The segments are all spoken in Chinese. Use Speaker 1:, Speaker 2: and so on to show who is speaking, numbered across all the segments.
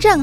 Speaker 1: 正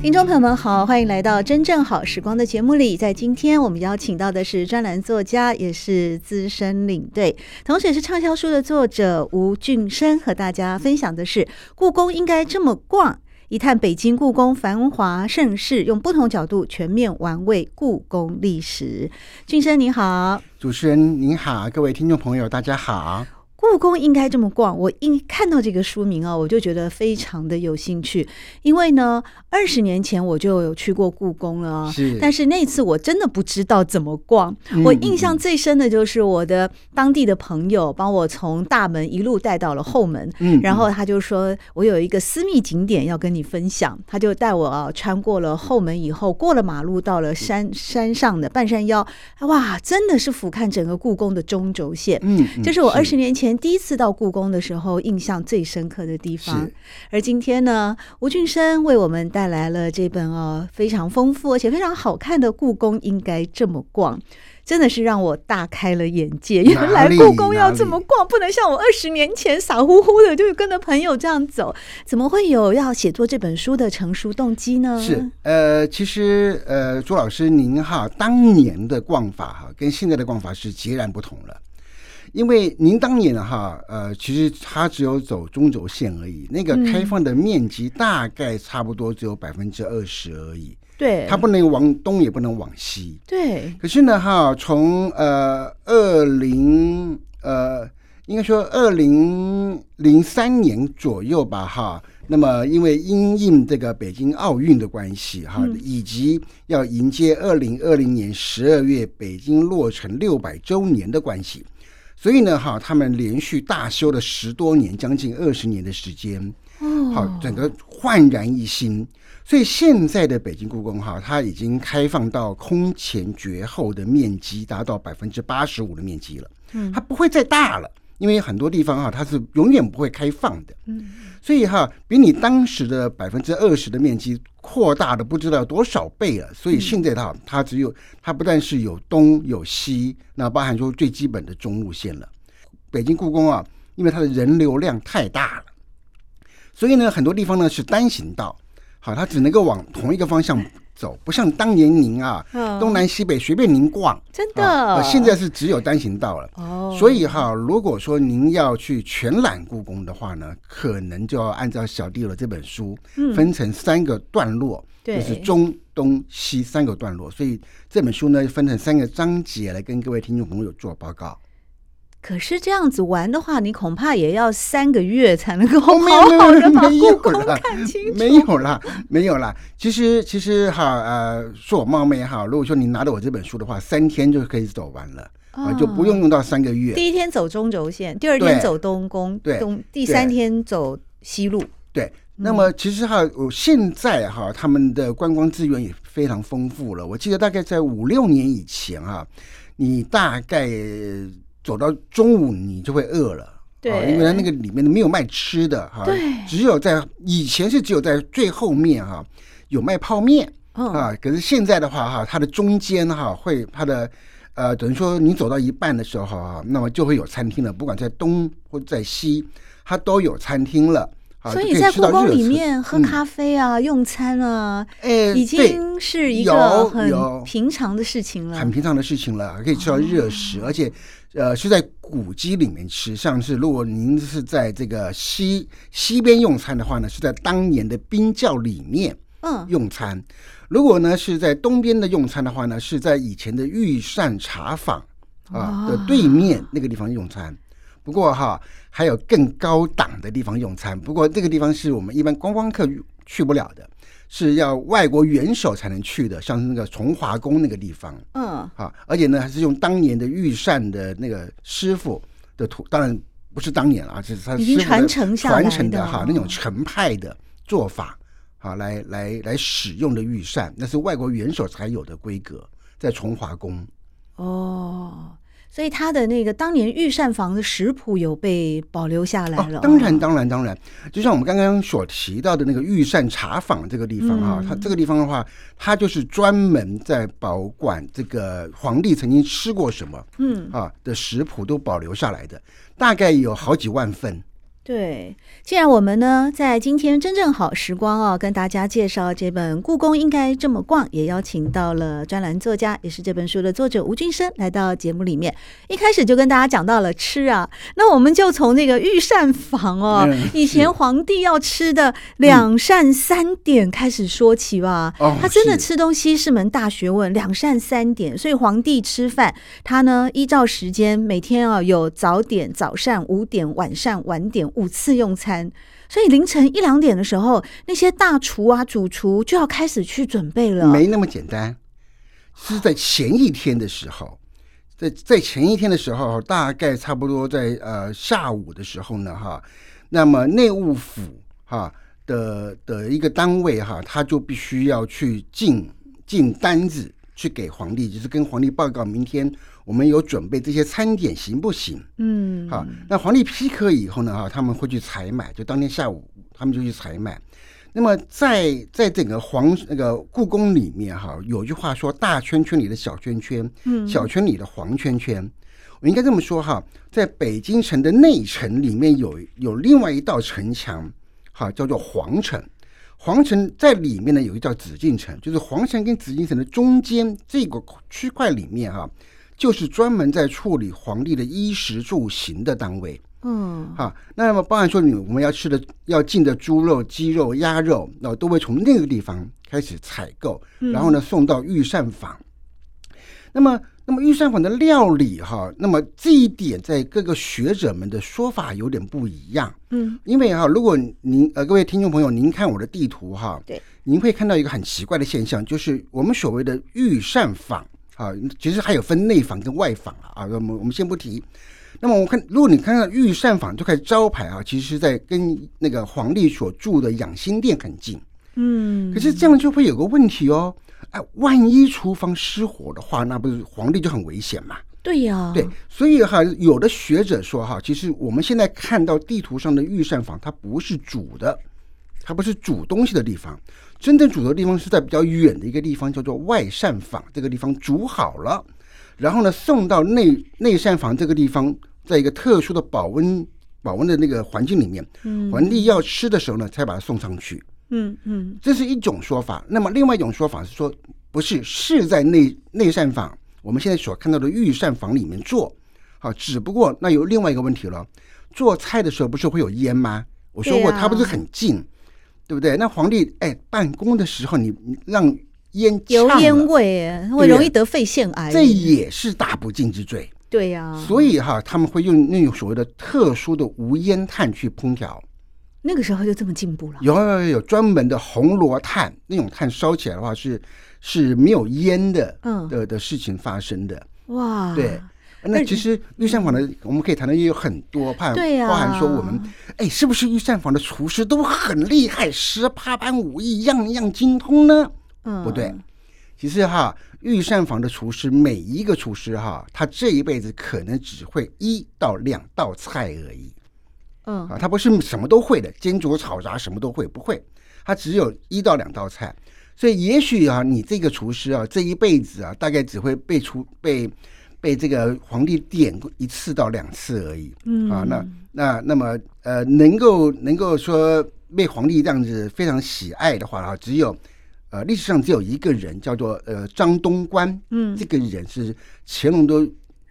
Speaker 1: 听众朋友们好，欢迎来到《真正好时光》的节目里。在今天我们邀请到的是专栏作家，也是资深领队，同时也是畅销书的作者吴俊生，和大家分享的是故宫应该这么逛。一探北京故宫繁华盛世，用不同角度全面玩味故宫历史。俊生你好，
Speaker 2: 主持人您好，各位听众朋友大家好。
Speaker 1: 故宫应该这么逛。我一看到这个书名啊，我就觉得非常的有兴趣，因为呢，二十年前我就有去过故宫了啊，
Speaker 2: 是
Speaker 1: 但是那次我真的不知道怎么逛。
Speaker 2: 嗯
Speaker 1: 我印象最深的就是我的当地的朋友帮我从大门一路带到了后门，
Speaker 2: 嗯
Speaker 1: 然后他就说我有一个私密景点要跟你分享，他就带我啊穿过了后门以后，过了马路到了山山上的半山腰，哇，真的是俯瞰整个故宫的中轴线。
Speaker 2: 嗯，嗯
Speaker 1: 这是我二十年前第一次到故宫的时候印象最深刻的地方
Speaker 2: 是。
Speaker 1: 而今天呢，吴俊生为我们带来了这本哦非常丰富而且非常好看的《故宫应该这么逛》。真的是让我大开了眼界，
Speaker 2: 哪里
Speaker 1: 原来故宫要这
Speaker 2: 哪
Speaker 1: 么
Speaker 2: 里
Speaker 1: 逛，不能像我二十年前傻乎乎的就跟着朋友这样走。怎么会有要写作这本书的成熟动机呢？
Speaker 2: 是，呃，其实呃，朱老师您哈，当年的逛法哈，跟现在的逛法是截然不同了。因为您当年哈，呃，其实它只有走中轴线而已，那个
Speaker 1: 嗯
Speaker 2: 开放的面积大概差不多只有百分之二十而已，
Speaker 1: 对，
Speaker 2: 它不能往东也不能往西。
Speaker 1: 对，
Speaker 2: 可是呢，哈，从呃二零呃，应该说二零零三年左右吧，哈。那么，因为因应这个北京奥运的关系，哈，
Speaker 1: 嗯
Speaker 2: 以及要迎接二零二零年十二月北京落成六百周年的关系，所以呢，哈，他们连续大修了十多年，将近二十年的时间，
Speaker 1: 哦，
Speaker 2: 好，整个焕然一新。所以现在的北京故宫哈，它已经开放到空前绝后的面积达到百分之八十五的面积了，
Speaker 1: 嗯
Speaker 2: 它不会再大了，因为很多地方哈它是永远不会开放的，
Speaker 1: 嗯，
Speaker 2: 所以哈比你当时的百分之二十的面积扩大了不知道多少倍了，所以现在它它只有它不但是有东有西，那包含说最基本的中路线了。北京故宫啊，因为它的人流量太大了，所以呢，很多地方呢是单行道，好，它只能够往同一个方向走，不像当年您啊，
Speaker 1: 嗯
Speaker 2: 东南西北随便您逛。
Speaker 1: 真
Speaker 2: 啊
Speaker 1: 的，
Speaker 2: 呃现在是只有单行道了。
Speaker 1: 哦，
Speaker 2: 所以哈，如果说您要去全览故宫的话呢，可能就要按照小弟的这本书
Speaker 1: 嗯
Speaker 2: 分成三个段落，
Speaker 1: 对
Speaker 2: 就是中、东、西三个段落。所以这本书呢，分成三个章节来跟各位听众朋友做报告。
Speaker 1: 可是这样子玩的话，你恐怕也要三个月才能够好
Speaker 2: 哦没有
Speaker 1: 好的把
Speaker 2: 没
Speaker 1: 故
Speaker 2: 有
Speaker 1: 宫
Speaker 2: 啦
Speaker 1: 看清楚。
Speaker 2: 没有啦，没有啦。其实其实哈，呃，说我冒昧哈，如果说你拿到我这本书的话，三天就可以走完了啊、
Speaker 1: 哦
Speaker 2: 就不用用到三个月。
Speaker 1: 第一天走中轴线，第二天
Speaker 2: 对
Speaker 1: 走东宫，
Speaker 2: 对
Speaker 1: 东第三
Speaker 2: 对
Speaker 1: 天走西路。
Speaker 2: 对，那么其实哈，我现在哈，他们的观光资源也非常丰富了。我记得大概在五六年以前哈，你大概呃走到中午你就会饿了。
Speaker 1: 对
Speaker 2: 啊因为它那个里面没有卖吃的哈，
Speaker 1: 对
Speaker 2: 只有在以前是只有在最后面哈有卖泡面
Speaker 1: 嗯，
Speaker 2: 啊，可是现在的话哈，它的中间哈会它的呃等于说你走到一半的时候哈，那么就会有餐厅了，不管在东或者在西，它都有餐厅了。啊
Speaker 1: 所
Speaker 2: 就
Speaker 1: 以
Speaker 2: 可
Speaker 1: 在
Speaker 2: 吃
Speaker 1: 故
Speaker 2: 到
Speaker 1: 宫
Speaker 2: 热
Speaker 1: 里
Speaker 2: 食
Speaker 1: 面喝
Speaker 2: 嗯
Speaker 1: 咖啡啊、用餐啊，
Speaker 2: 哎，
Speaker 1: 已
Speaker 2: 对
Speaker 1: 经是一个
Speaker 2: 有
Speaker 1: 很
Speaker 2: 有
Speaker 1: 平常的事情了。
Speaker 2: 很平常的事情了，可以吃到热食，而且呃是在古迹里面吃。像是如果您是在这个西西边用餐的话呢，是在当年的冰窖里面
Speaker 1: 嗯，
Speaker 2: 用餐；如果呢是在东边的用餐的话呢，是在以前的御膳茶坊
Speaker 1: 哦
Speaker 2: 啊的对面那个地方用餐。不过哈，还有更高档的地方用餐，不过这个地方是我们一般观光客去不了的。是要外国元首才能去的，像是那个崇华宫那个地方，
Speaker 1: 嗯，
Speaker 2: 啊，而且呢还是用当年的御膳的那个师傅的图，当然不是当年了啊，这是他
Speaker 1: 已经
Speaker 2: 师傅的
Speaker 1: 传承下来
Speaker 2: 传承的
Speaker 1: 的
Speaker 2: 哈
Speaker 1: 哦
Speaker 2: 那种成派的做法啊，来来来使用的御膳，那是外国元首才有的规格，在崇华宫。
Speaker 1: 哦，所以他的那个当年御膳房的食谱有被保留下来了。
Speaker 2: 哦。当然，，当然，当然，就像我们刚刚所提到的那个御膳茶坊这个地方啊，
Speaker 1: 嗯
Speaker 2: 它这个地方的话，它就是专门在保管这个皇帝曾经吃过什么
Speaker 1: 嗯，
Speaker 2: 啊的食谱都保留下来的，大概有好几万份。
Speaker 1: 对。既然我们呢，在今天真正好时光哦，跟大家介绍这本《故宫应该这么逛》，也邀请到了专栏作家，也是这本书的作者吴俊生来到节目里面。一开始就跟大家讲到了吃啊，那我们就从那个御膳房哦，
Speaker 2: 嗯
Speaker 1: 以前皇帝要吃的两膳三点开始说起吧。
Speaker 2: 哦
Speaker 1: 他真的
Speaker 2: 是
Speaker 1: 吃东西是门大学问，两膳三点，所以皇帝吃饭，他呢依照时间每天啊有早点、早膳、午点、晚膳、晚点五次用餐，所以凌晨一两点的时候，那些大厨啊、主厨就要开始去准备了。
Speaker 2: 没那么简单，是在前一天的时候，在在前一天的时候，大概差不多在呃下午的时候呢，哈，那么内务府哈的的一个单位哈，他就必须要去进进单子去给皇帝，就是跟皇帝报告，明天我们有准备这些餐点行不行？
Speaker 1: 嗯，
Speaker 2: 哈，那皇帝批可以后呢，哈，他们会去采买，就当天下午他们就去采买。那么在在整个皇那个故宫里面哈，有句话说“大圈圈里的小圈圈，
Speaker 1: 嗯
Speaker 2: 小圈里的黄圈圈”。我应该这么说哈，在北京城的内城里面有有另外一道城墙，哈，叫做皇城。皇城在里面呢有一个叫紫禁城，就是皇城跟紫禁城的中间这个区块里面哈、就是专门在处理皇帝的衣食住行的单位。
Speaker 1: 嗯，
Speaker 2: 哈、那么包含说你我们要吃的、要进的猪肉、鸡肉、鸭肉，那、都会从那个地方开始采购，然后呢送到御膳坊。那么，那么御膳坊的料理哈、那么这一点在各个学者们的说法有点不一样，
Speaker 1: 嗯，
Speaker 2: 因为哈、如果您呃各位听众朋友，您看我的地图哈、
Speaker 1: 对，
Speaker 2: 您会看到一个很奇怪的现象，就是我们所谓的御膳坊啊，其实还有分内坊跟外坊啊，啊我们我们先不提。那么我看，如果你看到御膳坊这块招牌啊，其实是在跟那个皇帝所住的养心殿很近。
Speaker 1: 嗯，
Speaker 2: 可是这样就会有个问题哦，哎，万一厨房失火的话，那不是皇帝就很危险嘛？
Speaker 1: 对呀、
Speaker 2: 对，所以哈，有的学者说哈，其实我们现在看到地图上的御膳房，它不是煮的，它不是煮东西的地方，真正煮的地方是在比较远的一个地方，叫做外膳房。这个地方煮好了，然后呢送到内内膳房这个地方，在一个特殊的保温保温的那个环境里面，
Speaker 1: 嗯
Speaker 2: 皇帝要吃的时候呢，才把它送上去。
Speaker 1: 嗯嗯，
Speaker 2: 这是一种说法。那么另外一种说法是说，不是是在内内膳房，我们现在所看到的御膳房里面做，好，只不过那有另外一个问题了，做菜的时候不是会有烟吗？我说过，
Speaker 1: 对啊
Speaker 2: 它不是很近，对不对？那皇帝哎，办公的时候你你让烟
Speaker 1: 油
Speaker 2: 呛啊
Speaker 1: 烟
Speaker 2: 了，
Speaker 1: 味耶会容易得肺腺癌。
Speaker 2: 这也是大不敬之罪。
Speaker 1: 对呀、
Speaker 2: 所以哈，他们会用那种所谓的特殊的无烟炭去烹调。
Speaker 1: 那个时候就这么进步了。
Speaker 2: 有有有有专门的红罗炭，那种炭烧起来的话是是没有烟的，
Speaker 1: 嗯
Speaker 2: 的的事情发生的。
Speaker 1: 哇，
Speaker 2: 对，那其实御膳房的我们可以谈的也有很多，怕
Speaker 1: 对呀
Speaker 2: 包含说我们哎，是不是御膳房的厨师都很厉害，十八般武艺样样精通呢？
Speaker 1: 嗯，
Speaker 2: 不对，其实哈，御膳房的厨师每一个厨师哈，他这一辈子可能只会一到两道菜而已。
Speaker 1: 嗯
Speaker 2: 啊，他不是什么都会的，煎煮炒炸什么都会，不会，他只有一到两道菜。所以也许啊，你这个厨师啊，这一辈子啊，大概只会被厨被被这个皇帝点过一次到两次而已。
Speaker 1: 嗯
Speaker 2: 啊，那那那么呃，能够能够说被皇帝这样子非常喜爱的话啊，只有呃历史上只有一个人叫做呃张东官，
Speaker 1: 嗯
Speaker 2: 这个人是乾隆的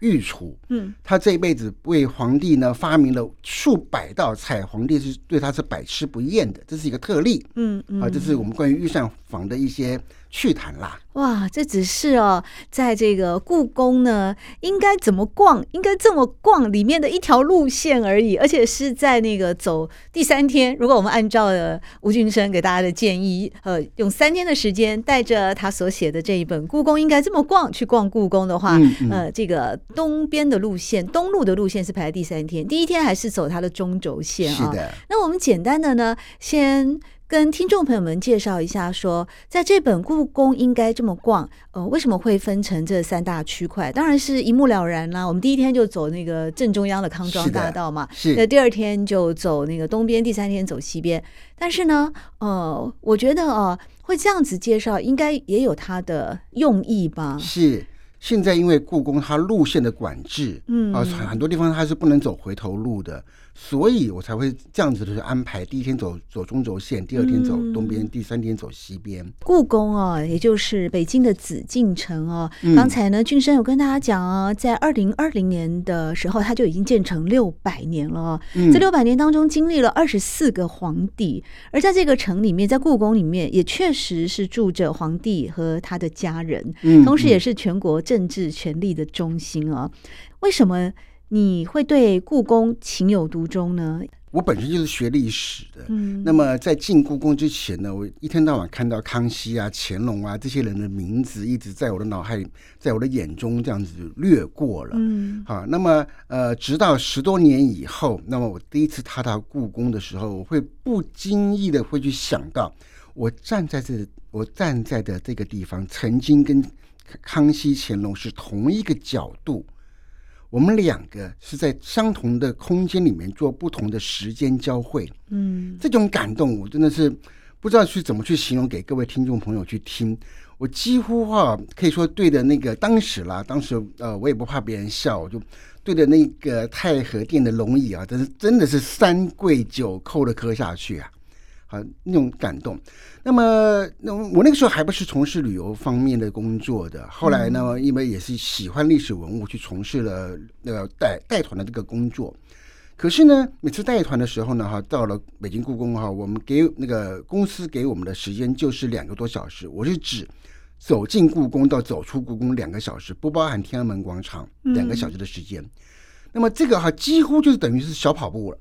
Speaker 2: 御厨，
Speaker 1: 嗯
Speaker 2: 他这一辈子为皇帝呢发明了数百道菜，皇帝是对他是百吃不厌的，这是一个特例
Speaker 1: 嗯嗯
Speaker 2: 啊。这是我们关于御膳房的一些去谈啦。
Speaker 1: 哇，这只是哦，在这个故宫呢，应该怎么逛，应该这么逛里面的一条路线而已，而且是在那个走第三天。如果我们按照了吴俊生给大家的建议，呃，用三天的时间带着他所写的这一本《故宫应该这么逛》去逛故宫的话，
Speaker 2: 嗯嗯
Speaker 1: 呃，这个东边的路线，东路的路线是排在第三天，第一天还是走它的中轴线
Speaker 2: 是
Speaker 1: 啊、
Speaker 2: 的，
Speaker 1: 那我们简单的呢，先跟听众朋友们介绍一下说，在这本故宫应该这么逛，呃，为什么会分成这三大区块？当然是一目了然啦。我们第一天就走那个正中央的康庄
Speaker 2: 是的
Speaker 1: 大道嘛，那
Speaker 2: 是
Speaker 1: 第二天就走那个东边，第三天走西边。但是呢，呃，我觉得哦、会这样子介绍，应该也有它的用意吧？
Speaker 2: 是。现在因为故宫它路线的管制，
Speaker 1: 嗯
Speaker 2: 啊，很多地方它是不能走回头路的，所以我才会这样子的去安排：第一天走走中轴线，第二天走东
Speaker 1: 嗯
Speaker 2: 边，第三天走西边。
Speaker 1: 故宫哦，也就是北京的紫禁城哦。
Speaker 2: 嗯
Speaker 1: 刚才呢，俊生有跟大家讲哦，在二零二零年的时候，它就已经建成六百年了、哦。
Speaker 2: 嗯
Speaker 1: 这六百年当中，经历了二十四个皇帝，而在这个城里面，在故宫里面，也确实是住着皇帝和他的家人，
Speaker 2: 嗯
Speaker 1: 同时也
Speaker 2: 嗯
Speaker 1: 是全国政治权力的中心哦。为什么你会对故宫情有独钟呢？
Speaker 2: 我本身就是学历史的，
Speaker 1: 嗯，
Speaker 2: 那么在进故宫之前呢，我一天到晚看到康熙啊、乾隆啊这些人的名字一直在我的脑海里，在我的眼中这样子掠过了。
Speaker 1: 嗯
Speaker 2: 好，那么呃，直到十多年以后，那么我第一次踏到故宫的时候，我会不经意的会去想到，我站在这，我站在的这个地方，曾经跟康熙、乾隆是同一个角度，我们两个是在相同的空间里面做不同的时间交汇。
Speaker 1: 嗯
Speaker 2: 这种感动，我真的是不知道去怎么去形容给各位听众朋友去听。我几乎哈、可以说对着那个当时啦，当时呃我也不怕别人笑，我就对着那个太和殿的龙椅啊，真是真的是三跪九叩的磕下去啊，好那种感动。那么那我那个时候还不是从事旅游方面的工作的，后来呢，因为也是喜欢历史文物，去从事了呃带带团的这个工作。可是呢，每次带团的时候呢，哈，到了北京故宫哈，我们给那个公司给我们的时间就是两个多小时，我是指走进故宫到走出故宫两个小时，不包含天安门广场两个小时的时间。那么这个哈，几乎就是等于是小 跑步了，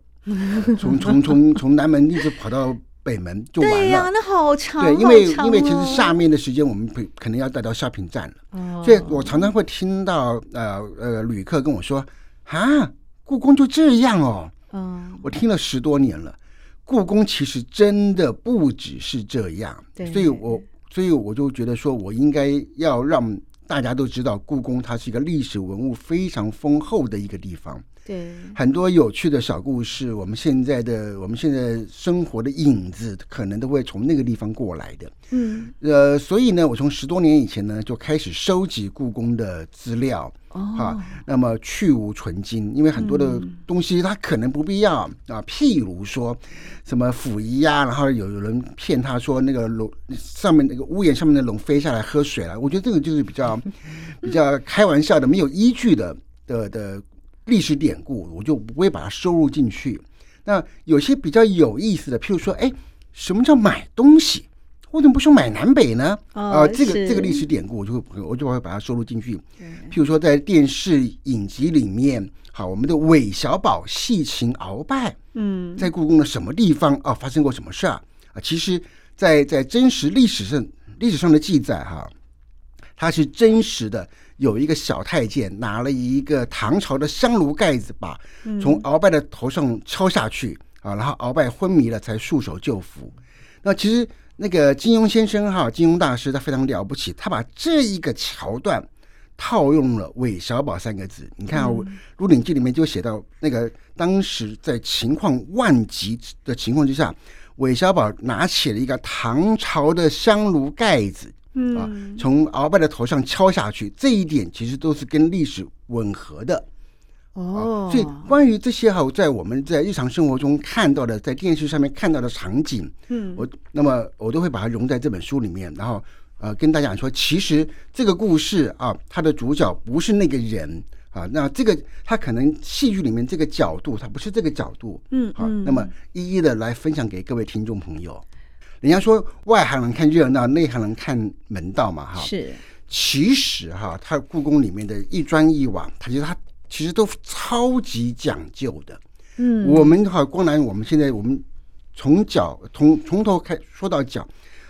Speaker 2: 从从从从南门一直跑到北门就完了。
Speaker 1: 对呀、那好长，
Speaker 2: 对，因为
Speaker 1: 好长
Speaker 2: 因为其实
Speaker 1: 哦
Speaker 2: 下面的时间我们可可能要带到下品站了，
Speaker 1: 哦
Speaker 2: 所以我常常会听到呃呃旅客跟我说啊，故宫就这样哦，
Speaker 1: 嗯
Speaker 2: 我听了十多年了，故宫其实真的不只是这样
Speaker 1: 对，
Speaker 2: 所以我所以我就觉得说我应该要让大家都知道，故宫它是一个历史文物非常丰厚的一个地方。
Speaker 1: 对，
Speaker 2: 很多有趣的小故事，我们现在的我们现在生活的影子，可能都会从那个地方过来的。
Speaker 1: 嗯，
Speaker 2: 呃，所以呢，我从十多年以前呢就开始收集故宫的资料，哈、
Speaker 1: 哦，
Speaker 2: 那么去无存菁，因为很多的东西它可能不必要啊，譬如说什么溥仪呀、然后有有人骗他说那个龙上面那个屋檐上面的龙飞下来喝水了，我觉得这个就是比较比较开玩笑的，没有依据的的的历史典故，我就不会把它收入进去。那有些比较有意思的，譬如说，哎，什么叫买东西？为什么不说买南北呢？
Speaker 1: 哦
Speaker 2: 啊、这个
Speaker 1: 是
Speaker 2: 这个历史典故，我就会我就会把它收录进去。
Speaker 1: 对
Speaker 2: 譬如说，在电视影集里面，好，我们的韦小宝戏情鳌拜，
Speaker 1: 嗯，
Speaker 2: 在故宫的什么地方啊发生过什么事儿啊？其实在，在真实历史上历史上的记载哈、它是真实的，有一个小太监拿了一个唐朝的香炉盖子，把
Speaker 1: 嗯
Speaker 2: 从鳌拜的头上敲下去啊，然后鳌拜昏迷了，才束手就缚。那其实那个金庸先生哈，金庸大师他非常了不起，他把这一个桥段套用了“韦小宝”三个字。你看啊，《鹿鼎记》里面就写到那个当时在情况万急的情况之下，韦小宝拿起了一个唐朝的香炉盖子，啊
Speaker 1: 嗯，
Speaker 2: 从鳌拜的头上敲下去，这一点其实都是跟历史吻合的。
Speaker 1: 哦，
Speaker 2: 所以关于这些哈，在我们在日常生活中看到的，在电视上面看到的场景，
Speaker 1: 嗯，
Speaker 2: 我那么我都会把它融在这本书里面，然后呃跟大家讲说，其实这个故事啊，它的主角不是那个人啊，那这个他可能戏剧里面这个角度，它不是这个角度，啊
Speaker 1: 嗯
Speaker 2: 好、
Speaker 1: 嗯
Speaker 2: 那么一一的来分享给各位听众朋友。人家说外行人看热闹，内行人看门道嘛，哈。
Speaker 1: 是
Speaker 2: 其实哈，它故宫里面的一砖一瓦，它其实它其实都超级讲究的。
Speaker 1: 嗯，
Speaker 2: 我们哈，光南我们现在我们从脚从从头开说到脚，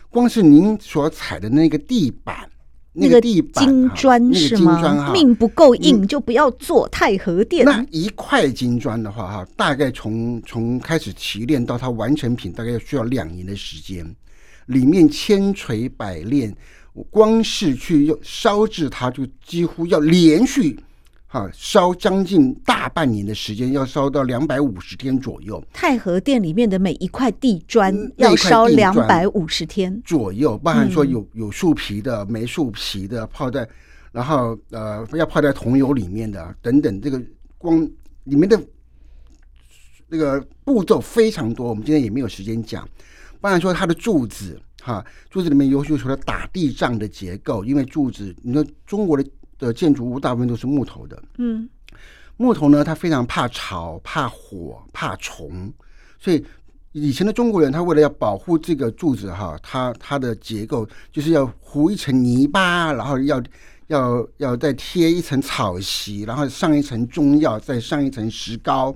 Speaker 2: 光是您所踩的那个地板，那
Speaker 1: 个
Speaker 2: 地板
Speaker 1: 金
Speaker 2: 哈
Speaker 1: 砖
Speaker 2: 那个
Speaker 1: 是
Speaker 2: 金砖
Speaker 1: 吗？
Speaker 2: 哈，嗯
Speaker 1: 命不够硬就不要做太和殿。
Speaker 2: 那一块金砖的话哈，大概从从开始提炼到它完成品，大概要需要两年的时间，里面千锤百炼，光是去要烧制它，就几乎要连续哈烧将近大半年的时间，要烧到两百五十天左右。
Speaker 1: 太和殿里面的每一块地砖
Speaker 2: 嗯
Speaker 1: 要烧
Speaker 2: 那一
Speaker 1: 两
Speaker 2: 块地
Speaker 1: 百
Speaker 2: 砖
Speaker 1: 五十天，
Speaker 2: 左右，包含说有有树皮的、没树皮的，泡在，然后呃要泡在桐油里面的等等，这个光里面的那个呃步骤非常多，我们今天也没有时间讲。包含说它的柱子哈，柱子里面有有除了打地仗的结构，因为柱子，你说中国的的建筑物大部分都是木头的，
Speaker 1: 嗯，
Speaker 2: 木头呢，它非常怕潮、怕火、怕虫，所以以前的中国人，他为了要保护这个柱子哈，它它的结构就是要糊一层泥巴，然后要要要再贴一层草席，然后上一层中药，再上一层石膏，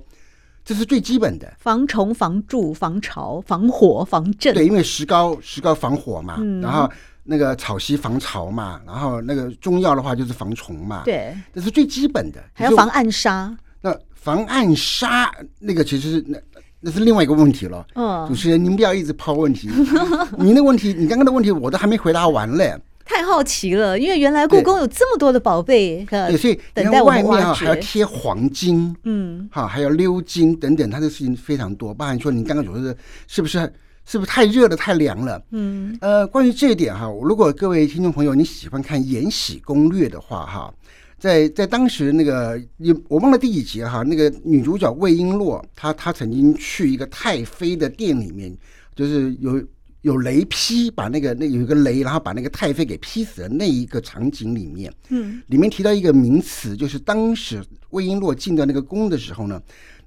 Speaker 2: 这是最基本的。
Speaker 1: 防虫、防蛀、防潮、防火、防震，
Speaker 2: 对，因为石膏石膏防火嘛，
Speaker 1: 嗯
Speaker 2: 然后那个草席防潮嘛，然后那个中药的话就是防虫嘛，，
Speaker 1: 对，
Speaker 2: 这是最基本的。
Speaker 1: 还要
Speaker 2: 就是
Speaker 1: 防暗杀，
Speaker 2: 那防暗杀那个其实是那那是另外一个问题了。
Speaker 1: 嗯
Speaker 2: 主，持人，您不要一直抛 问题，您的问题，你刚刚的问题我都还没回答完嘞。
Speaker 1: 太好奇了，因为原来故宫有这么多的宝贝，呃
Speaker 2: 对，所以你
Speaker 1: 等待
Speaker 2: 看
Speaker 1: 我们
Speaker 2: 外面
Speaker 1: 挖
Speaker 2: 啊
Speaker 1: 掘
Speaker 2: 还要贴黄金，
Speaker 1: 嗯，
Speaker 2: 哈，还有鎏金等等，它的事情非常多。包含说你刚刚所说的，是不是是不是太热了，太凉了？
Speaker 1: 嗯，
Speaker 2: 呃，关于这一点哈，如果各位听众朋友你喜欢看《延禧攻略》的话哈，在在当时那个也我忘了第几集哈，那个女主角魏璎珞，她她曾经去一个太妃的殿里面，就是有有雷劈，把那个那有一个雷，然后把那个太妃给劈死的那一个场景里面，
Speaker 1: 嗯，
Speaker 2: 里面提到一个名词，就是当时魏璎珞进到那个宫的时候呢，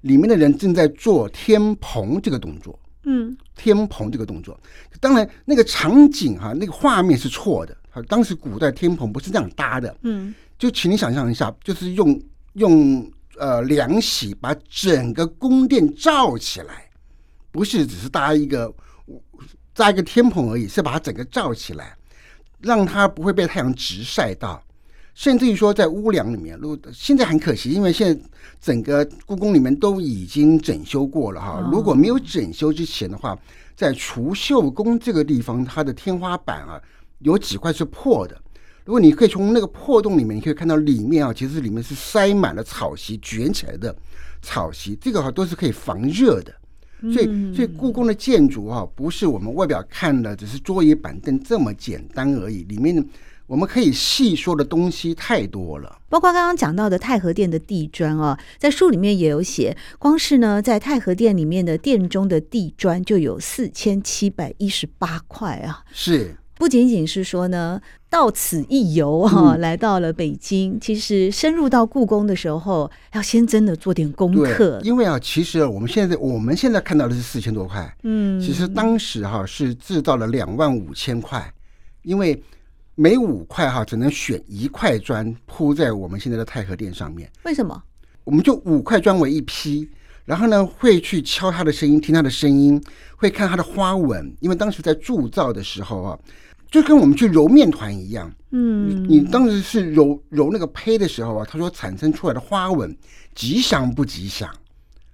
Speaker 2: 里面的人正在做天蓬这个动作。
Speaker 1: 嗯，
Speaker 2: 天蓬这个动作。当然，那个场景啊哈、那个画面是错的。啊，当时古代天蓬不是这样搭的，
Speaker 1: 嗯，
Speaker 2: 就请你想象一下，就是用用呃凉席把整个宫殿罩起来，不是只是搭一个搭一个天棚而已，是把它整个罩起来，让它不会被太阳直晒到。甚至于说，在屋梁里面，如果现在很可惜，因为现在整个故宫里面都已经整修过了哈
Speaker 1: 哦。
Speaker 2: 如果没有整修之前的话，在储秀宫这个地方，它的天花板啊有几块是破的，如果你可以从那个破洞里面，你可以看到里面啊，其实里面是塞满了草席卷起来的草席，这个哈、都是可以防热的。所以，所以故宫的建筑哈、不是我们外表看的只是桌椅板凳这么简单而已，里面的我们可以细说的东西太多了。
Speaker 1: 包括刚刚讲到的太和殿的地砖啊，在书里面也有写，光是呢在太和殿里面的殿中的地砖就有四千七百一十八块啊，
Speaker 2: 是，
Speaker 1: 不仅仅是说呢，到此一游哈、
Speaker 2: 嗯
Speaker 1: 来到了北京。其实深入到故宫的时候，要先真的做点功
Speaker 2: 对
Speaker 1: 课，。
Speaker 2: 因为啊，其实我们现在我们现在看到的是四千多块，
Speaker 1: 嗯，
Speaker 2: 其实当时哈、是制造了两万五千块，因为每五块哈、只能选一块砖铺在我们现在的太和殿上面，
Speaker 1: 为什么？
Speaker 2: 我们就五块砖为一批。然后呢，会去敲它的声音，听它的声音，会看它的花纹，因为当时在铸造的时候啊，就跟我们去揉面团一样，
Speaker 1: 嗯，
Speaker 2: 你当时是揉揉那个胚的时候啊，它所产生出来的花纹吉祥不吉祥，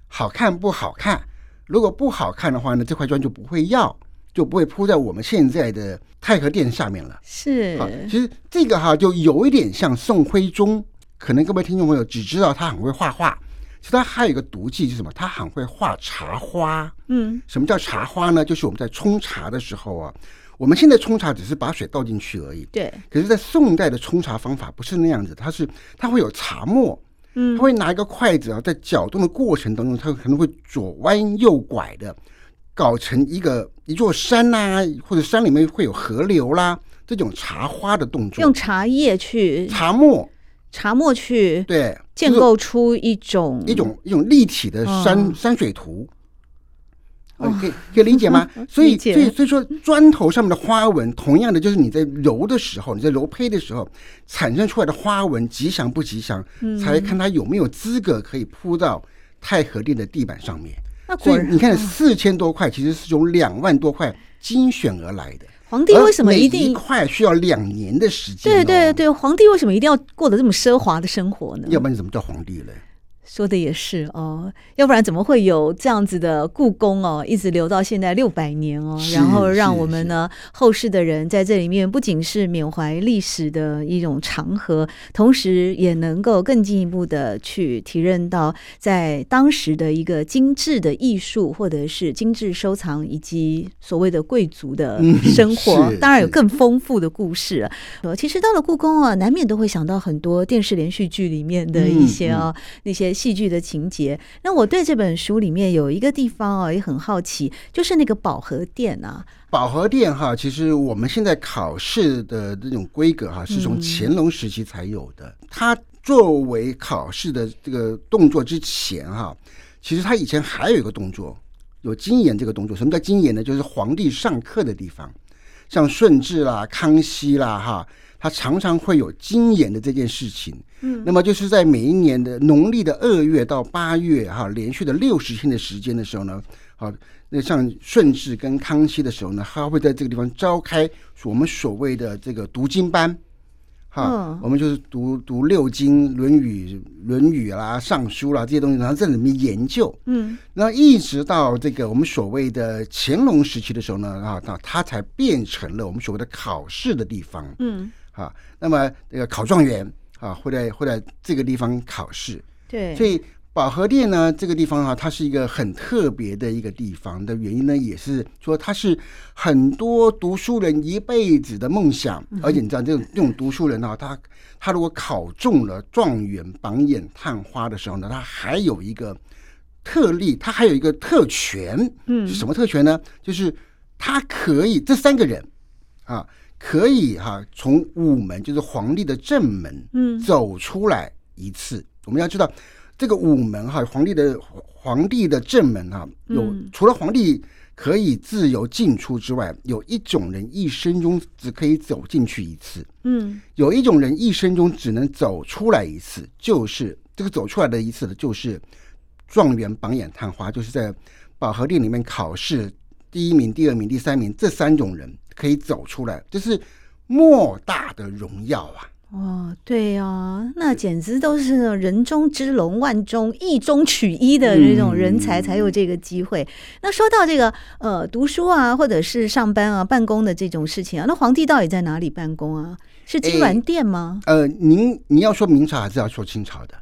Speaker 2: 好看不好看。如果不好看的话呢，这块砖就不会要，就不会铺在我们现在的太和殿下面了。
Speaker 1: 是
Speaker 2: 好，啊其实这个哈、就有一点像宋徽宗，可能各位听众朋友只知道他很会画画，其实他还有一个毒技是什么？他很会画茶花。
Speaker 1: 嗯
Speaker 2: 什么叫茶花呢？就是我们在冲茶的时候啊，我们现在冲茶只是把水倒进去而已，
Speaker 1: 对
Speaker 2: 可是，在宋代的冲茶方法不是那样子，它是它会有茶末，
Speaker 1: 嗯
Speaker 2: 它会拿一个筷子啊，在搅动的过程当中，它可能会左弯右拐的，搞成一个一座山呐、或者山里面会有河流啦，这种茶花的动作
Speaker 1: 用，茶叶去
Speaker 2: 茶末
Speaker 1: 茶末去
Speaker 2: 对
Speaker 1: 建构出一种
Speaker 2: 一种一种立体的山、
Speaker 1: 嗯
Speaker 2: 山水图。呃，可以可以理解吗？所
Speaker 1: 哦
Speaker 2: 以
Speaker 1: 理解
Speaker 2: 所以所以说，砖头上面的花纹，同样的就是你在揉的时候，你在揉胚的时候产生出来的花纹吉祥不吉祥，
Speaker 1: 嗯
Speaker 2: 才看它有没有资格可以铺到太和殿的地板上面。
Speaker 1: 那果
Speaker 2: 所以
Speaker 1: 然啊
Speaker 2: 你看，四千多块其实是从两万多块精选而来的。
Speaker 1: 皇帝为什么
Speaker 2: 呃而每
Speaker 1: 一定
Speaker 2: 块需要两年的时间、哦？
Speaker 1: 对对，对，皇帝为什么一定要过得这么奢华的生活呢？
Speaker 2: 要不然你怎么叫皇帝嘞？
Speaker 1: 说的也是哦，要不然怎么会有这样子的故宫哦，一直留到现在六百年哦，
Speaker 2: 是
Speaker 1: 然后让
Speaker 2: 是
Speaker 1: 我们呢后世的人在这里面不仅是缅怀历史的一种长河，同时也能够更进一步的去体认到在当时的一个精致的艺术或者是精致收藏以及所谓的贵族的
Speaker 2: 嗯
Speaker 1: 生活，
Speaker 2: 是
Speaker 1: 当然有
Speaker 2: 是
Speaker 1: 更丰富的故事啊呃，其实到了故宫啊，难免都会想到很多电视连续剧里面的一些啊、那些戏剧的情节。那我对这本书里面有一个地方啊也很好奇，就是那个保和殿啊，
Speaker 2: 保和殿哈，其实我们现在考试的这种规格哈，是从乾隆时期才有的。它作为考试的这个动作之前哈，其实它以前还有一个动作，有金岩这个动作。什么叫金岩呢？就是皇帝上课的地方，像顺治啦、康熙啦哈，它常常会有金岩的这件事情。嗯，那么就是在每一年的农历的二月到八月哈，连续的六十天的时间的时候呢，好，那像顺治跟康熙的时候呢，他会在这个地方召开我们所谓的这个读经班，哈，
Speaker 1: 嗯
Speaker 2: 我们就是读读六经《论语》《论语》啦、《尚书》啊啦这些东西，然后在里面研究。
Speaker 1: 嗯，
Speaker 2: 那一直到这个我们所谓的乾隆时期的时候呢，啊，那它才变成了我们所谓的考试的地方。
Speaker 1: 嗯，
Speaker 2: 啊，那么这个考状元啊，会在会在这个地方考试。
Speaker 1: 对，
Speaker 2: 所以保和殿呢，这个地方啊，它是一个很特别的一个地方的原因呢，也是说它是很多读书人一辈子的梦想。而且你知道，这种这种读书人啊，他他如果考中了状元、榜眼、探花的时候呢，他还有一个特例，他还有一个特权。
Speaker 1: 嗯
Speaker 2: 是什么特权呢？就是他可以这三个人啊，可以哈、从午门，就是皇帝的正门，
Speaker 1: 嗯
Speaker 2: 走出来一次。我们要知道，这个午门哈、皇帝的皇帝的正门哈、有、
Speaker 1: 嗯
Speaker 2: 除了皇帝可以自由进出之外，有一种人一生中只可以走进去一次，
Speaker 1: 嗯
Speaker 2: 有一种人一生中只能走出来一次，就是这个走出来的一次呢，就是状元、榜眼、探花，就是在保和殿里面考试第一名、第二名、第三名这三种人可以走出来，这是莫大的荣耀啊！
Speaker 1: 哦，对啊，那简直都是人中之龙，万中一中取一的这种人才
Speaker 2: 嗯
Speaker 1: 才有这个机会。那说到这个呃，读书啊，或者是上班啊、办公的这种事情啊，那皇帝到底在哪里办公啊？是金銮殿吗？
Speaker 2: 呃，您你要说明朝还是要说清朝的？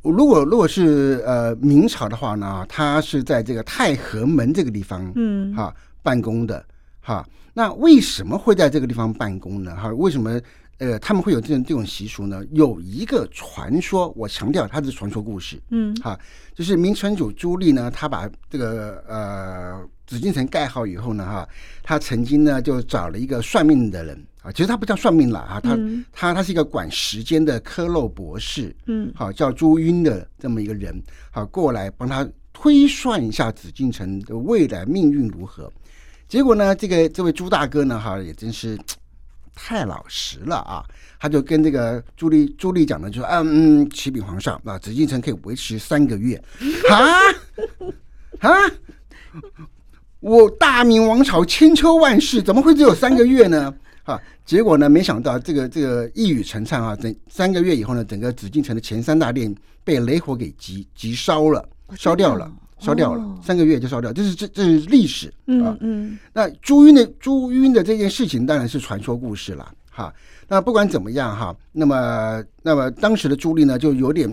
Speaker 2: 如果如果是呃明朝的话呢，它是在这个太和门这个地方，
Speaker 1: 嗯，
Speaker 2: 哈、办公的哈、那为什么会在这个地方办公呢？哈、为什么呃他们会有这种这种习俗呢？有一个传说，我强调它是传说故事
Speaker 1: 嗯
Speaker 2: 哈、就是明成祖朱棣呢，他把这个呃紫禁城盖好以后呢，哈、他曾经呢就找了一个算命的人啊，其实他不叫算命了啊，他、
Speaker 1: 嗯
Speaker 2: 他他是一个管时间的科漏博士，
Speaker 1: 嗯
Speaker 2: 好叫朱晕的这么一个人，好过来帮他推算一下紫禁城的未来命运如何。结果呢，这个这位朱大哥呢，哈也真是太老实了啊，他就跟这个朱棣朱棣讲的，就说啊嗯，启禀皇上啊，紫禁城可以维持三个 月，啊啊。我大明王朝千秋万世，怎么会只有三个月呢？啊，结果呢，没想到这个这个一语成谶啊，整三个月以后呢，整个紫禁城的前三大殿被雷火给急急烧了，烧掉了，烧掉了
Speaker 1: 哦，
Speaker 2: 三个月就烧掉，这是这这是历史啊
Speaker 1: 嗯。嗯
Speaker 2: 那朱晕的朱晕的这件事情当然是传说故事了哈。那不管怎么样哈，那么那么当时的朱棣呢，就有点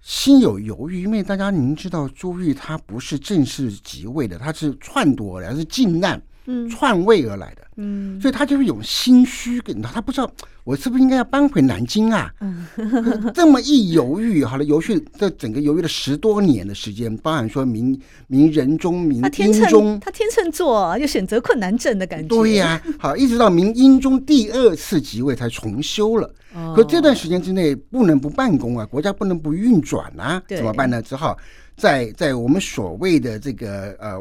Speaker 2: 心有犹豫，因为大家您知道朱玉他不是正式即位的，他是篡夺而来，他是靖难
Speaker 1: 嗯
Speaker 2: 篡位而来的，
Speaker 1: 嗯
Speaker 2: 所以他就有心虚，你知道他不知道我是不是应该要搬回南京啊？
Speaker 1: 嗯
Speaker 2: 这么一犹豫，好了，犹豫这整个犹豫了十多年的时间，包含说明明仁宗、明
Speaker 1: 他天
Speaker 2: 英宗
Speaker 1: 秤，，他天秤座啊有选择困难症的感觉。
Speaker 2: 对、呀、好，一直到明英宗第二次即位才重修了。
Speaker 1: 哦
Speaker 2: 可这段时间之内不能不办公啊，国家不能不运转啊，
Speaker 1: 对
Speaker 2: 怎么办呢？只好在在我们所谓的这个呃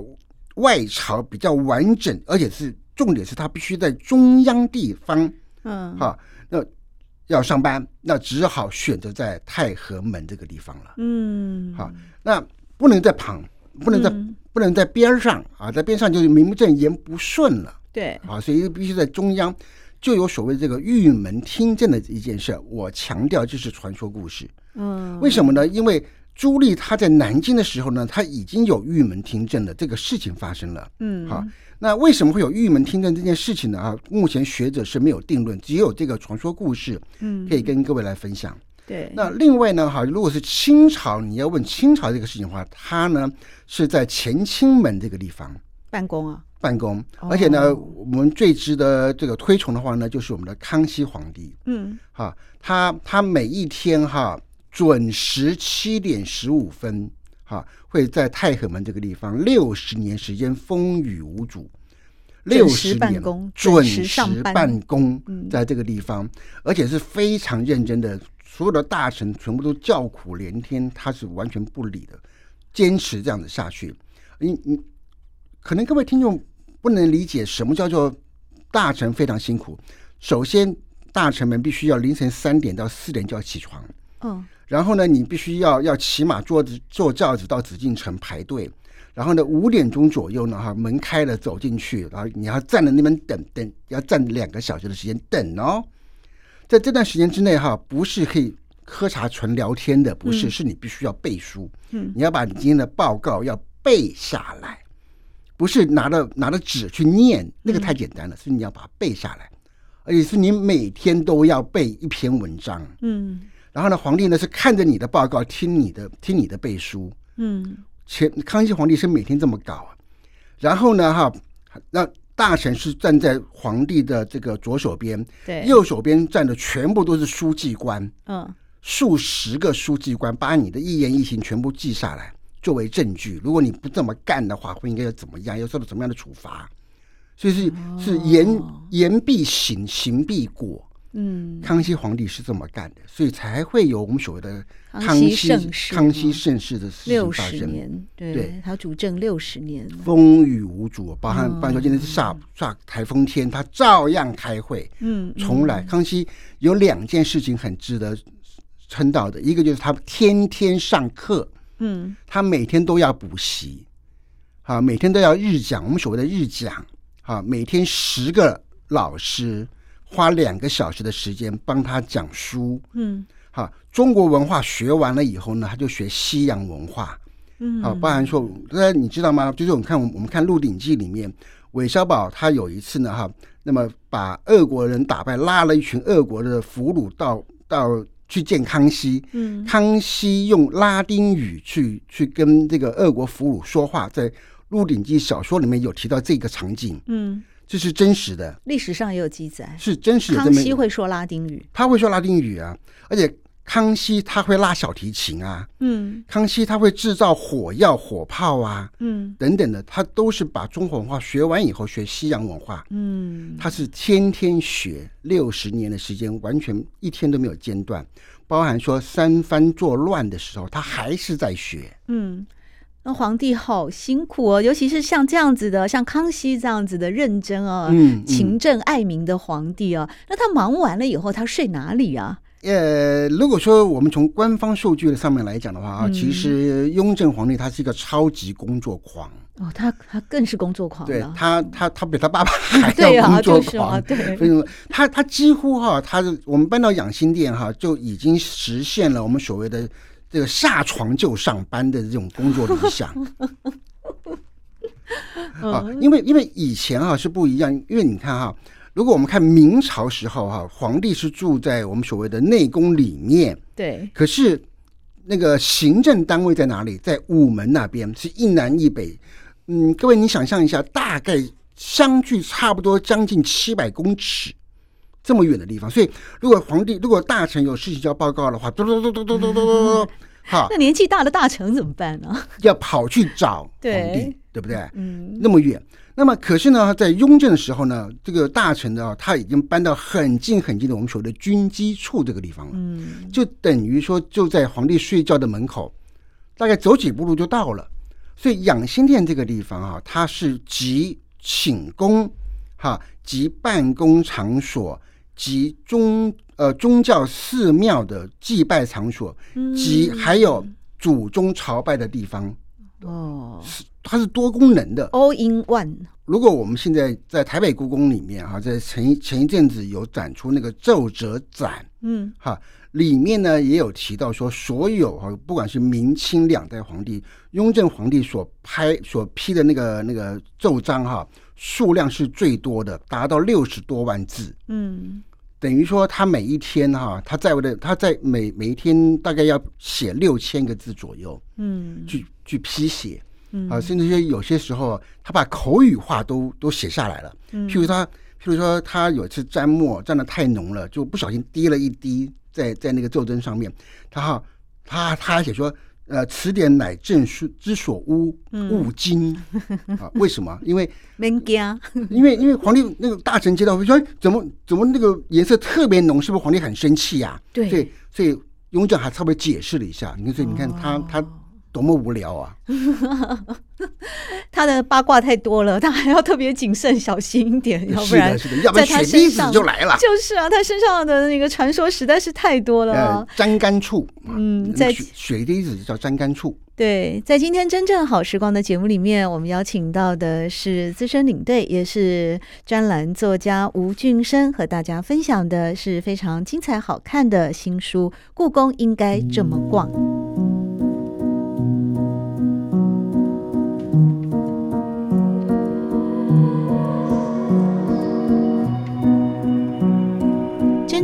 Speaker 2: 外朝比较完整，而且是重点是他必须在中央地方
Speaker 1: 嗯，
Speaker 2: 哈、那要上班，那只好选择在太和门这个地方了。
Speaker 1: 嗯，
Speaker 2: 好那不能在旁，不能在、
Speaker 1: 嗯
Speaker 2: 不能在边上啊，在边上就是名不正言不顺了
Speaker 1: 对，
Speaker 2: 啊，所以必须在中央。就有所谓这个玉门听政的一件事，我强调这是传说故事。
Speaker 1: 嗯，
Speaker 2: 为什么呢？因为朱棣他在南京的时候呢，他已经有玉门听政的这个事情发生了。
Speaker 1: 嗯，
Speaker 2: 好，那为什么会有玉门听政这件事情呢？啊，目前学者是没有定论，只有这个传说故事
Speaker 1: 嗯，
Speaker 2: 可以跟各位来分享。
Speaker 1: 对，
Speaker 2: 那另外呢，哈，如果是清朝，你要问清朝这个事情的话，他呢是在乾清门这个地方
Speaker 1: 办公啊，
Speaker 2: 办公，
Speaker 1: 哦
Speaker 2: 而且呢，我们最值得这个推崇的话呢，就是我们的康熙皇帝，
Speaker 1: 嗯，
Speaker 2: 哈，他他每一天哈准时七点十五分。哈，会在太和门这个地方六十年时间风雨无阻，六
Speaker 1: 准时
Speaker 2: 十
Speaker 1: 办
Speaker 2: 年
Speaker 1: 公
Speaker 2: 准
Speaker 1: 准时上
Speaker 2: 时
Speaker 1: 班
Speaker 2: 办公
Speaker 1: 嗯，
Speaker 2: 在这个地方，而且是非常认真的，所有的大臣全部都叫苦连天，他是完全不理的，坚持这样子下去。你你可能各位听众不能理解什么叫做大臣非常辛苦。首先，大臣们必须要凌晨三点到四点就要起床，
Speaker 1: 嗯，
Speaker 2: 然后呢，你必须要要骑马坐着坐轿子到紫禁城排队，然后呢，五点钟左右呢，哈，门开了走进去，然后你要站在那边等等，要站两个小时的时间等哦。在这段时间之内哈，不是可以喝茶纯聊天的，不是，
Speaker 1: 嗯
Speaker 2: 是你必须要背书，
Speaker 1: 嗯
Speaker 2: 你要把你今天的报告要背下来，不是拿着拿着纸去念，那个太简单了，是你要把它背下来，而且是你每天都要背一篇文章。
Speaker 1: 嗯，
Speaker 2: 然后呢，皇帝呢是看着你的报告，听你的听你的背书。
Speaker 1: 嗯，
Speaker 2: 前康熙皇帝是每天这么搞啊。然后呢，哈，那大臣是站在皇帝的这个左手边，
Speaker 1: 对，
Speaker 2: 右手边站的全部都是书记官，
Speaker 1: 嗯，
Speaker 2: 数十个书记官把你的一言一行全部记下来，作为证据。如果你不这么干的话，会应该要怎么样？要受到怎么样的处罚？所以是是言言必行，行必果。
Speaker 1: 嗯，
Speaker 2: 康熙皇帝是这么干的，所以才会有我们所谓的
Speaker 1: 康熙盛世
Speaker 2: 康熙盛世的事情
Speaker 1: 六
Speaker 2: 发
Speaker 1: 十
Speaker 2: 生，
Speaker 1: 年，
Speaker 2: 对
Speaker 1: 对，他主政六十年，
Speaker 2: 风雨无阻。包含
Speaker 1: 嗯
Speaker 2: 包含说今天是下下台风天，他照样开会。
Speaker 1: 嗯，
Speaker 2: 从来康熙有两件事情很值得称道的，一个就是他天天上课，
Speaker 1: 嗯，
Speaker 2: 他每天都要补习，啊，每天都要日讲，我们所谓的日讲，啊，每天十个老师花两个小时的时间帮他讲书，
Speaker 1: 嗯，
Speaker 2: 哈，中国文化学完了以后呢，他就学西洋文化。
Speaker 1: 嗯，
Speaker 2: 啊，包含说，那你知道吗？就是我们看我们看《鹿鼎记》里面，韦小宝他有一次呢，哈，那么把俄国人打败，拉了一群俄国的俘虏到到去见康熙。
Speaker 1: 嗯，
Speaker 2: 康熙用拉丁语去去跟这个俄国俘虏说话，在《鹿鼎记》小说里面有提到这个场景，
Speaker 1: 嗯，
Speaker 2: 这是真实的，
Speaker 1: 历史上也有记载，
Speaker 2: 是真实的这
Speaker 1: 康
Speaker 2: 么。
Speaker 1: 熙会说拉丁语，
Speaker 2: 他会说拉丁语啊，而且康熙他会拉小提琴啊，
Speaker 1: 嗯，
Speaker 2: 康熙他会制造火药、火炮啊
Speaker 1: 嗯，
Speaker 2: 等等的，他都是把中国文化学完以后学西洋文化，
Speaker 1: 嗯，
Speaker 2: 他是天天学，六十年的时间完全一天都没有间断，包含说三藩作乱的时候，他还是在学。
Speaker 1: 嗯，那皇帝好辛苦哦，尤其是像这样子的，像康熙这样子的认真哦，
Speaker 2: 嗯嗯
Speaker 1: 勤政爱民的皇帝哦，那他忙完了以后，他睡哪里啊？
Speaker 2: 呃，如果说我们从官方数据的上面来讲的话啊，
Speaker 1: 嗯
Speaker 2: 其实雍正皇帝他是一个超级工作狂，
Speaker 1: 哦，他他更是工作狂
Speaker 2: 对
Speaker 1: 了，
Speaker 2: 他他他比他爸爸还
Speaker 1: 对
Speaker 2: 要
Speaker 1: 啊，
Speaker 2: 工作
Speaker 1: 就是
Speaker 2: 狂，
Speaker 1: 啊，对，
Speaker 2: 为什么？他他几乎哈、他是我们搬到养心殿哈、就已经实现了我们所谓的这个下床就上班的这种工作理想
Speaker 1: 嗯
Speaker 2: 啊。因为因为以前哈、是不一样，因为你看哈、如果我们看明朝时候哈、皇帝是住在我们所谓的内宫里面，
Speaker 1: 对，
Speaker 2: 可是那个行政单位在哪里？在午门那边，是一南一北。嗯，各位你想象一下，大概相距差不多将近七百公尺。这么远的地方，所以如果皇帝、如果大臣有事情要报告的话，嘟嘟嘟嘟嘟嘟嘟嘟嘟，好
Speaker 1: 那年纪大的大臣怎么办 呢？
Speaker 2: 要跑去找皇帝，
Speaker 1: 对
Speaker 2: 对不对？
Speaker 1: 嗯
Speaker 2: 那么远。那么可是呢，在雍正的时候呢，这个大臣呢，他已经搬到很近很近的我们所谓的军机处这个地方了。
Speaker 1: 嗯
Speaker 2: 就等于说就在皇帝睡觉的门口，大概走几步路就到了。所以养心殿这个地方啊，它是集寝宫，哈，集办公场所，集宗呃宗教寺庙的祭拜场所，
Speaker 1: 嗯
Speaker 2: 集还有祖宗朝拜的地方，
Speaker 1: 哦
Speaker 2: 它是多功能的。
Speaker 1: ，all in one，
Speaker 2: 如果我们现在在台北故宫里面啊，在前一前一阵子有展出那个奏折展，
Speaker 1: 嗯
Speaker 2: 哈，里面呢也有提到说，所有哈，不管是明清两代皇帝、雍正皇帝所拍所批的那个那个奏章哈，数量是最多的，达到六十多万字。
Speaker 1: 嗯
Speaker 2: 等于说，他每一天哈、他在位的，他在每每一天大概要写六千个字左右，
Speaker 1: 嗯
Speaker 2: 去去批写
Speaker 1: 嗯
Speaker 2: 啊，甚至些有些时候，他把口语化都都写下来了。
Speaker 1: 嗯
Speaker 2: 譬如他，譬如说他有一次沾墨沾的太浓了，就不小心滴了一滴在在那个奏针上面，他哈他他还写说，呃，此典乃朕书之所污，
Speaker 1: 嗯
Speaker 2: 勿惊、啊。为什么？因为
Speaker 1: ，man 家，
Speaker 2: 因为因为皇帝那个大臣接到会说，哎怎么怎么那个颜色特别浓，是不是皇帝很生气呀、
Speaker 1: 对
Speaker 2: 所以所以雍正还稍微解释了一下，你看，所以你看他、
Speaker 1: 哦
Speaker 2: 他多么无聊啊！
Speaker 1: 他的八卦太多了，他还要特别谨慎小心一点， 要不
Speaker 2: 是
Speaker 1: 然
Speaker 2: 的，是的，要不然
Speaker 1: 在他
Speaker 2: 血
Speaker 1: 身
Speaker 2: 滴子
Speaker 1: 上
Speaker 2: 就来了。
Speaker 1: 就是啊，他身上的那个传说实在是太多了啊、
Speaker 2: 呃，沾干处，
Speaker 1: 嗯
Speaker 2: 那个
Speaker 1: 在
Speaker 2: 血血滴子叫沾干处，
Speaker 1: 对，在今天真正好时光的节目里面，我们邀请到的是资深领队，也是专栏作家吴俊生，和大家分享的是非常精彩好看的新书《故宫应该这么逛》。真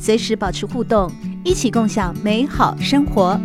Speaker 1: 随时保持互动，一起共享美好生活。